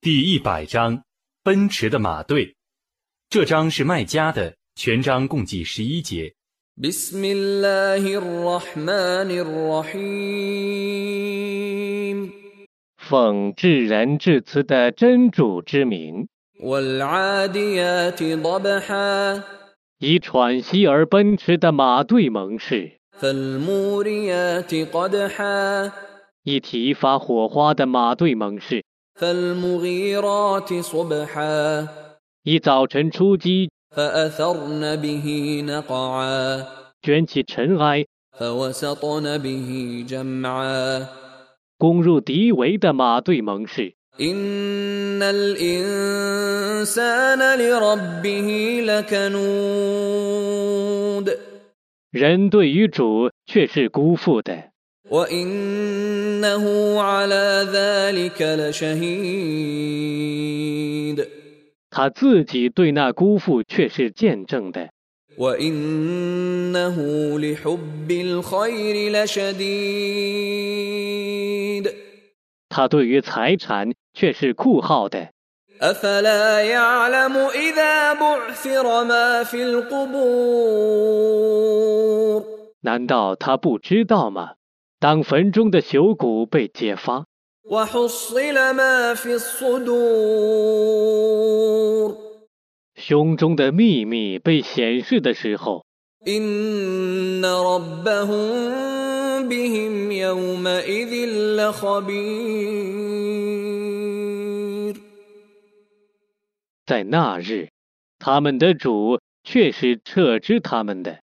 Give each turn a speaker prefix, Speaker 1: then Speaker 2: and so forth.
Speaker 1: 第一百章，奔驰的马队。这章是卖家的，全章共计十一节。
Speaker 2: بسم الله الرحمن الرحيم
Speaker 3: 奉至仁至慈的真主之名，
Speaker 2: والعاديات ضبحا
Speaker 3: 以喘息而奔驰的马队盟誓，
Speaker 2: فالموريات قدحا
Speaker 3: 以提发火花的马队盟誓，
Speaker 2: فالمغيرات صبحا
Speaker 3: 以早晨出击
Speaker 2: فأثرن به نقعا
Speaker 3: 卷起尘埃
Speaker 2: فوسطن به جمعا
Speaker 3: 攻入敌围的马队盟誓。
Speaker 2: إن الإنسان لربه لكنود
Speaker 3: 人对于主却是辜负的，
Speaker 2: وإنه على ذلك لشهيد
Speaker 3: 他自己对那辜负却是见证的。
Speaker 2: وإنه لحب الخير لشديد
Speaker 3: 他对于财产却是酷好的。
Speaker 2: أفلا يعلم إذا بعثر ما في القبور
Speaker 3: 难道他不知道吗？当坟中的朽骨被揭发，
Speaker 2: وحصل ما في الصدور
Speaker 3: 胸中的秘密被显示的时候，
Speaker 2: إن ربهم بهم يومئذ لخبير
Speaker 3: 在那日，他们的主确实撤知他们的。